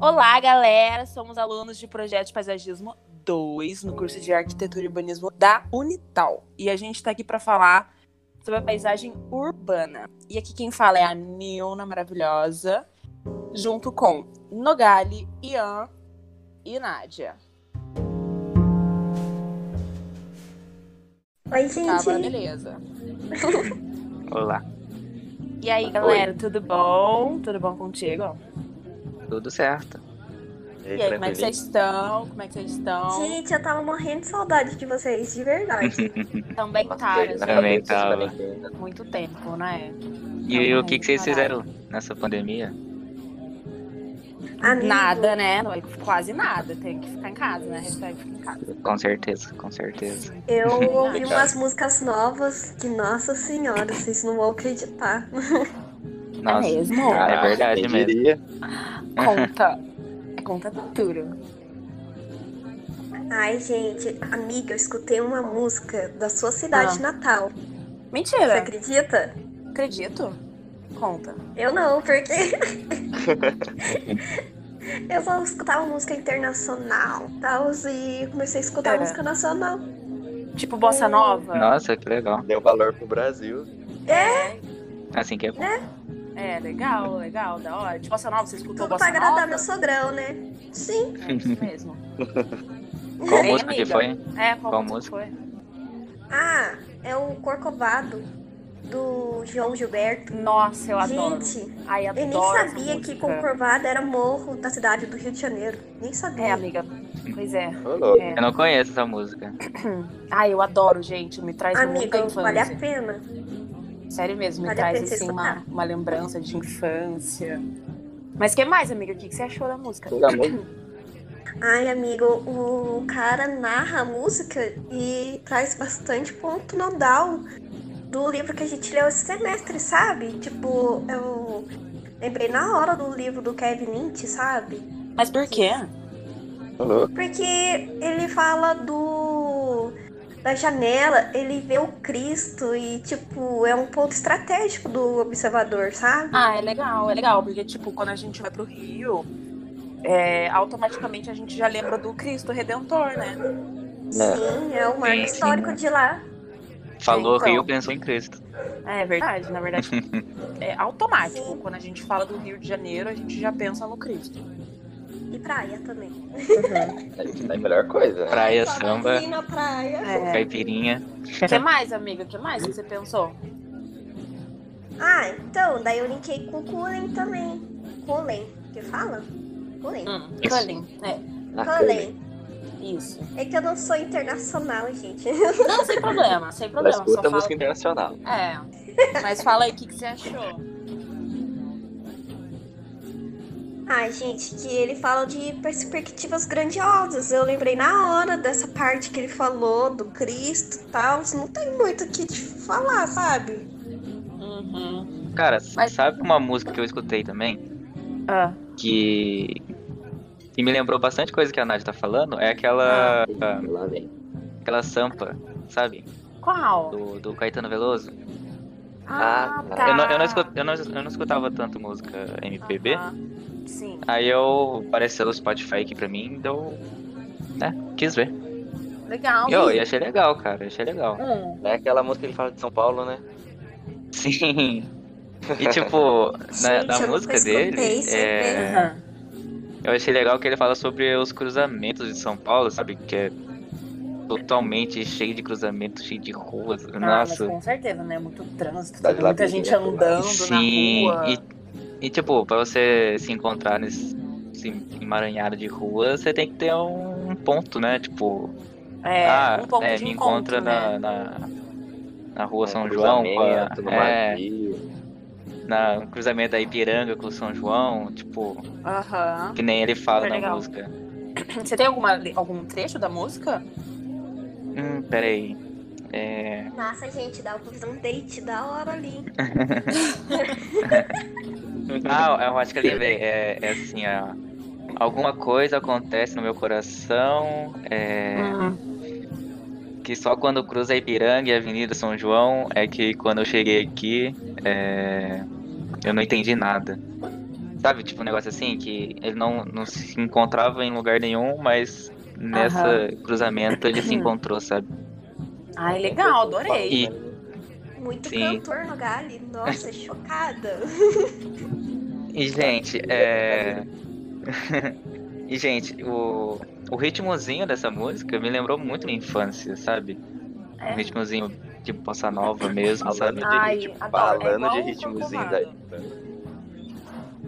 Olá, galera! Somos alunos de Projeto de Paisagismo 2, no curso de Arquitetura e Urbanismo da Unital. E a gente tá aqui para falar sobre a paisagem urbana. E aqui quem fala é a Nilna Maravilhosa, junto com Nogali, Ian e Nádia. Oi, Tá, agora gente. beleza. Olá, E aí, galera, tudo bom? Tudo bom contigo? tudo certo? E aí, como é que vocês estão? Como é que vocês estão? Gente, eu tava morrendo de saudade de vocês, de verdade. Também tá, Também gente. tava. Muito tempo, né? E aí, o que, que vocês fizeram nessa pandemia? Amigo, Nada, né? Não, Quase nada. Tem que ficar em casa, né? Hashtag fica em casa. Com certeza, com certeza. Eu ouvi umas músicas novas que, nossa senhora, vocês não vão acreditar. Nossa, É mesmo? é verdade quem mesmo. diria? Conta. Conta tudo. Ai, gente, amiga, eu escutei uma música da sua cidade Ah. natal. Você Mentira. acredita? Acredito. Conta. Eu não, porque. eu só escutava música internacional e tal, e comecei a escutar É. música nacional. Tipo É. Bossa Nova. Nossa, que legal. Deu valor pro Brasil. Assim que é bom. É, legal, legal, da hora. De Bossa Nova, você escutou Tudo pra Bossa agradar Nova? meu sogrão, né? Sim, É isso mesmo. Qual Bem, música que amiga. foi? É, qual, Qual música música? foi? Ah, é o Corcovado do João Gilberto. Nossa, eu adoro. Gente, Ai, eu nem adoro essa sabia que música. Corcovado era morro da cidade do Rio de Janeiro. Nem sabia. É, amiga. Pois é. Ô, louco. é. Eu não conheço essa música. Ai, eu adoro, gente. Me traz muita Amiga, infância. vale a pena. Sério mesmo, me Vale a pena traz você assim, uma, escutar. uma lembrança de infância. Mas que mais, amiga? O que, que você achou da música? Pelo amor- Ai, amigo, o cara narra a música e traz bastante ponto nodal do livro que a gente leu esse semestre, sabe? Tipo, eu lembrei na hora do livro do Kevin Lynch, sabe? Mas por quê? Ô, louco. Porque ele fala do. Da janela, ele vê o Cristo e, tipo, é um ponto estratégico do observador, sabe? Ah, é legal, é legal, porque, tipo, quando a gente vai pro Rio, é, automaticamente a gente já lembra do Cristo Redentor, né? Sim, é um marco Sim, sim, histórico né? de lá. Falou então. Rio, pensou em Cristo. É verdade, na verdade, é automático. Sim. Quando a gente fala do Rio de Janeiro, a gente já pensa no Cristo. E praia também. É a melhor coisa, né? Praia, samba, Sim, na praia. Então, É. caipirinha. O que mais, amiga? O que mais que você pensou? Ah, então, daí eu linkei com o Cullen também. Cullen, que fala? Cullen. Hum, Isso. Cullen. É, Ah, Cullen. isso. É que eu não sou internacional, gente. Não, sem problema, sem Ela problema. Só escuta fala... música internacional. É. Mas fala aí o que, que você achou. Ai, gente, que ele fala de perspectivas grandiosas. Eu lembrei na hora dessa parte que ele falou do Cristo e tal. Não tem muito o que te falar, sabe? Uhum. Cara, Mas- sabe uma música que eu escutei também? Ah. Que. Que me lembrou bastante coisa que a Nádia tá falando? É Ah. aquela. Lá vem. ah. Aquela sampa, sabe? Qual? Do, do Caetano Veloso. Ah, tá. Eu, não, eu, não escut- eu não- eu não escutava tanto música MPB. Aham. Sim. Aí eu apareceu o Spotify aqui pra mim, então. Né? Quis ver. Legal. E eu, eu achei legal, cara. eu Achei legal. Hum. É aquela música que ele fala de São Paulo, né? Sim. E tipo, na, Gente, na eu nunca música escutei, dele, você é, Aham. eu achei legal que ele fala sobre os cruzamentos de São Paulo, sabe? Que é totalmente cheio de cruzamentos, cheio de ruas. Ah, Nossa. mas com certeza, né? Muito trânsito, Tá de muita lá, gente né? andando Sim, na rua. e, e tipo, pra você se encontrar nesse nesse emaranhado de rua, você tem que ter um ponto, né? Tipo, É, ah, um ponto é, de me encontro, encontra né? na, na, na rua São Um João, com a- cruzamento, numa é, via. na, no cruzamento da Ipiranga com São João, tipo, Aham. que nem ele fala Super na legal. música. Você tem alguma, algum trecho da música? Hum, peraí. É, Nossa, gente, dá pra fazer um date da hora ali. Ah, eu acho que eu lembrei. É, é assim, ó. Alguma coisa acontece no meu coração. É. Hum. que só quando cruza a Ipiranga e a Avenida São João é que quando eu cheguei aqui, é, eu não entendi nada. Sabe, tipo um negócio assim, que ele não, não se encontrava em lugar nenhum, mas nessa cruzamento ele se encontrou, sabe? Ai, legal, adorei. E- Muito Sim. cantor no Gali. Nossa, chocada. E, gente, é. e, gente, o, o ritmozinho dessa música me lembrou muito minha infância, sabe? É? Um ritmozinho de bossa nova mesmo, sabe? Falando Ai, de ritmo, adoro. É falando igual de o ritmozinho da. Corcovado.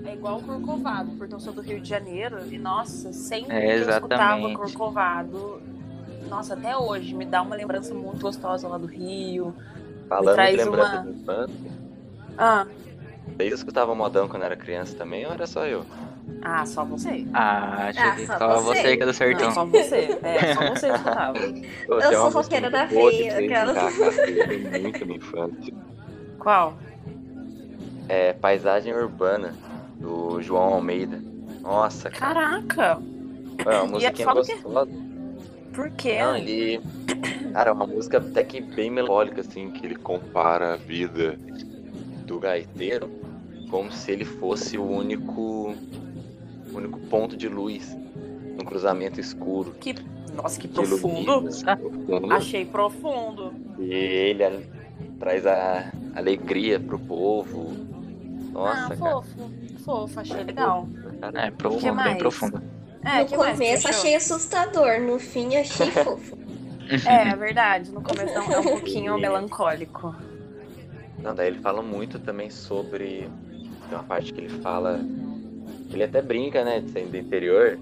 É igual o Corcovado, porque eu sou do Rio de Janeiro e, nossa, sempre É, que eu escutava exatamente. Corcovado, nossa, até hoje me dá uma lembrança muito gostosa lá do Rio. Falando traz de lembrança uma- de infância. Ah, Vocês escutavam modão quando era criança também ou era só eu? ah só você. Ah, Ah, achei que só só você. você que é do sertão. Não, só você. É, só você escutava. Eu, sou uma roqueira música da boa que veia, vocês aquela. encaixam, que Foi muito minha infância. Qual? É Paisagem Urbana, do João Almeida. Nossa, cara. Caraca, É uma musiquinha só é, né? do quê? gostosa. por quê? Não, ele. Cara, é uma música até que bem melancólica, assim, que ele compara a vida do gaiteiro como se ele fosse o único. o único ponto de luz num cruzamento escuro. Que... Nossa, que que profundo. ilumina, profundo. Achei profundo. E ele a- traz a alegria pro povo. Nossa, ah, cara. fofo. Fofo, achei legal. cara. É, Que profundo, bem mais? profundo. É, no que mais que começo você achou? achei assustador, no fim achei fofo. É, é verdade. No começo é um- é um pouquinho melancólico. Não, daí ele fala muito também sobre. Tem uma parte que ele fala. Ele até brinca, né? De ser do interior.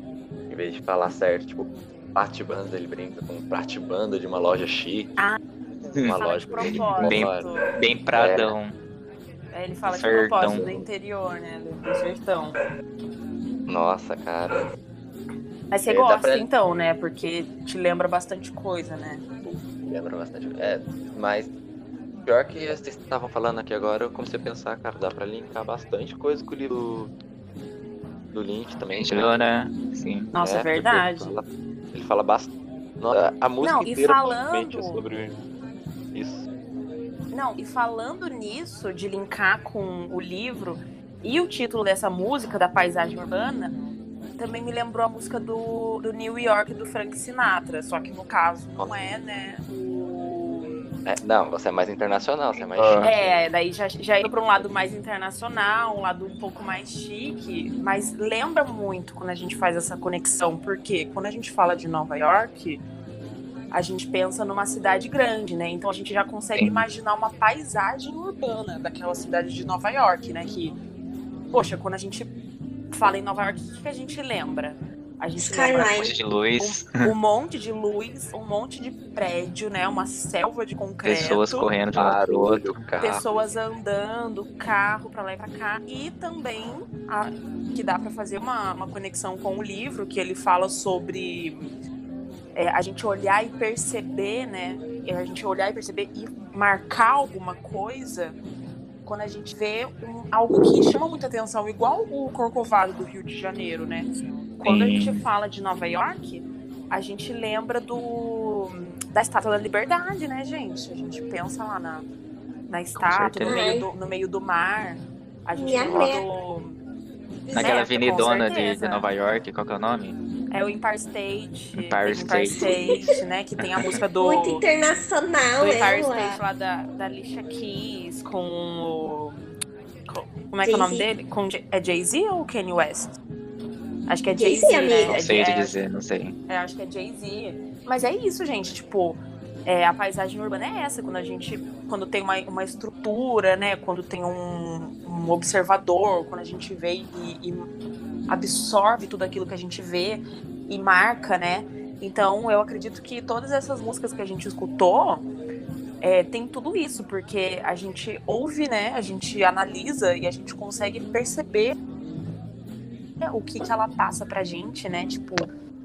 Em vez de falar certo, tipo, pratibanda, ele brinca com pratibanda de uma loja chique. Ah, uma Fala de loja propósito. bem- né? Bem pradão. É, ele fala de Sertão. propósito do interior, né? Do, do sertão. Nossa, cara. Mas você É, dá gosta, pra- então, né? Porque te lembra bastante coisa, né? Lembra bastante. É, mas. Pior que vocês estavam falando aqui agora, eu comecei a pensar, cara, dá pra linkar bastante coisa com o livro do Lynch também. Gente, viu, né? Sim. Nossa, é, porque verdade. Ele fala, ele fala bastante. Nossa, A música Não, e inteira falando- basicamente é sobre isso. Não, e falando nisso, de linkar com o livro e o título dessa música, da paisagem urbana, também me lembrou a música do, do New York do Frank Sinatra. Só que no caso não é, né? O... É, não, você é mais internacional, você é mais Ah. chique. É, daí já, já indo pra um lado mais internacional, um lado um pouco mais chique, mas lembra muito quando a gente faz essa conexão, porque quando a gente fala de Nova York, a gente pensa numa cidade grande, né? Então a gente já consegue Sim. imaginar uma paisagem urbana daquela cidade de Nova York, né? Que, poxa, quando a gente fala em Nova York, o que que a gente lembra? A gente lembra Skyline. Fonte de luz, um, um monte de luz, um monte de prédio, né? Uma selva de concreto pessoas correndo de um lado pro outro. Barulho, carro. pessoas andando, carro pra lá e pra cá. E também a- que dá pra fazer uma, uma conexão com o livro, que ele fala sobre é, a gente olhar e perceber, né? É, A gente olhar e perceber e marcar alguma coisa quando a gente vê um- algo que chama muita atenção, igual o Corcovado do Rio de Janeiro, né? Quando a Sim. gente fala de Nova York, a gente lembra do da Estátua da Liberdade, né, gente? A gente pensa lá na, na estátua, no certeza. meio, do, no meio do mar. A gente Minha lembra do. Naquela Certo, com avenidona de, certeza. de Nova York, qual que é o nome? É o Empire State. Empire tem o Empire State. State, né? Que tem a música do. Muito então, é do internacional, né, Empire ela. State lá da, da Alicia Keys com o. com- Como é que é o nome Jay-Z. dele? Com, Jay- é Jay-Z ou Kanye West? Acho que é Jay-Z, Jay-Z, amiga. né? Não É- sei te é- dizer, não sei. É, acho que é Jay-Z. Mas é isso, gente. Tipo, é, a paisagem urbana é essa, quando a gente. Quando tem uma, uma estrutura, né? Quando tem um, um observador, quando a gente vê e, e absorve tudo aquilo que a gente vê e marca, né? Então eu acredito que todas essas músicas que a gente escutou é, tem tudo isso, porque a gente ouve, né? A gente analisa e a gente consegue perceber né, o que, que ela passa pra gente, né? Tipo,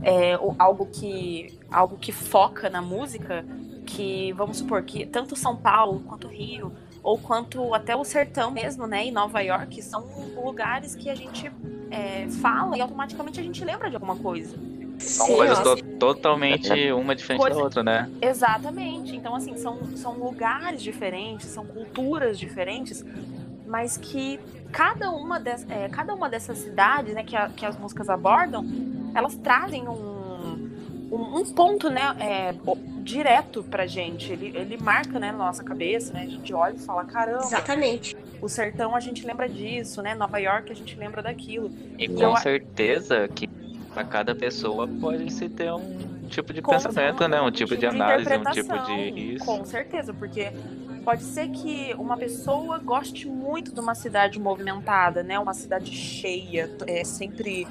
é, o- algo que algo que foca na música que vamos supor que tanto São Paulo quanto Rio ou quanto até o sertão mesmo né e Nova York são lugares que a gente é, fala e automaticamente a gente lembra de alguma coisa São Sim, coisas ó. to- totalmente uma diferente Coisa- da outra, né? exatamente então assim são, são lugares diferentes são culturas diferentes mas que cada uma, des, é, cada uma dessas cidades, né, que, a- que as músicas abordam, elas trazem um, um, um ponto, né, é, o- direto pra gente. Ele, ele marca, né, na nossa cabeça, né, a gente olha e fala, caramba, Exatamente. o sertão a gente lembra disso, né, Nova York a gente lembra daquilo. E Eu com a- certeza que pra cada pessoa pode se ter um tipo de Com- pensamento, né? Um tipo de análise, um tipo interpretação, de isso. Com certeza, porque pode ser que uma pessoa goste muito de uma cidade movimentada, né? Uma cidade cheia, t- é, sempre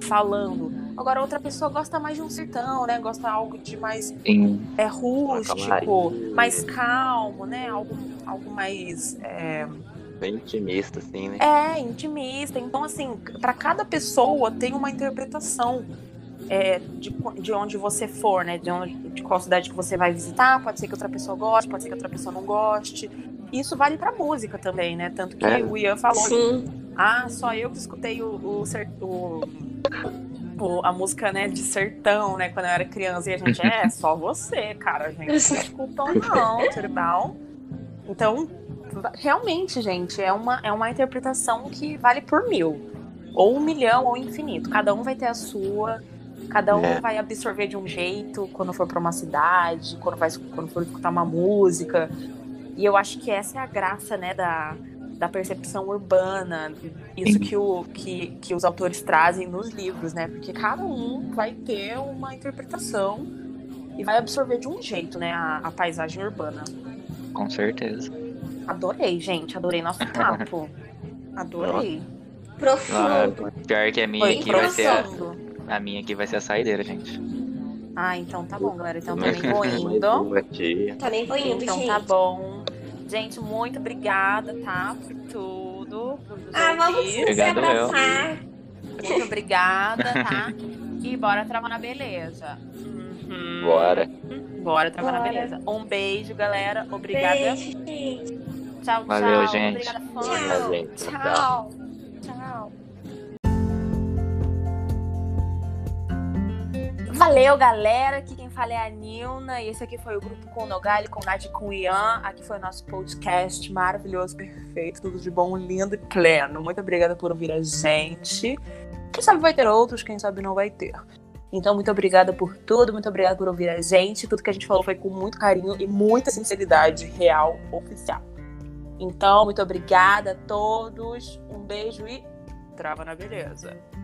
falando. Agora, outra pessoa gosta mais de um sertão, né? Gosta algo de mais Sim. é, rústico, calmaria. mais calmo, né? Algo, algo mais é, Bem intimista, assim, né? é, intimista. Então, assim, para cada pessoa tem uma interpretação é, de, qu- de onde você for, né? De, onde, de qual cidade que você vai visitar. Pode ser que outra pessoa goste, pode ser que outra pessoa não goste. Isso vale pra música também, né? Tanto que É. o Ian falou, Sim. ah, só eu que escutei o, o, cer- o- o- a música, né, de sertão, né, quando eu era criança. E a gente, é, só você, cara. A gente não escutou não, turbal. Então, va- realmente, gente, é uma, é uma interpretação que vale por mil. Ou um milhão, ou infinito. Cada um vai ter a sua. Cada um É. vai absorver de um jeito quando for pra uma cidade, quando, vai, escu- quando for escutar uma música. E eu acho que essa é a graça, né, da, da percepção urbana, isso Sim. que, o, que, que os autores trazem nos livros, né? Porque cada um vai ter uma interpretação e vai absorver de um jeito, né, a, a paisagem urbana. Com certeza. Adorei, gente, adorei nosso papo. Adorei. Ah, Profundo. pior que a minha Foi aqui vai ser a, profundo. a minha aqui vai ser a saideira, gente. Ah, então tá bom, galera. Então também vou indo. Aqui. Ah, Também vou indo, Então gente. tá bom. Gente, muito obrigada, tá? Por tudo. por nos Ah, vamos ouvir. se Obrigado, Léo. abraçar. Muito obrigada, tá? E bora trabalhar na beleza. Uhum. Bora. Bora trabalhar na Bora. beleza. Um beijo, galera. Obrigada. Beijo, gente. Tchau, tchau. Valeu, gente. Obrigada, fã. Tchau. gente. Tchau. Tchau. Valeu, galera. Aqui quem fala é a Nilna. E esse aqui foi o grupo com o Nogali, com o Nath e com o Ian. Aqui foi o nosso podcast maravilhoso, perfeito, tudo de bom, lindo e pleno. Muito obrigada por ouvir a gente. Quem sabe vai ter outros, quem sabe não vai ter. Então, muito obrigada por tudo, muito obrigada por ouvir a gente. Tudo que a gente falou foi com muito carinho e muita sinceridade real, oficial. Então, muito obrigada a todos. Um beijo e trava na beleza.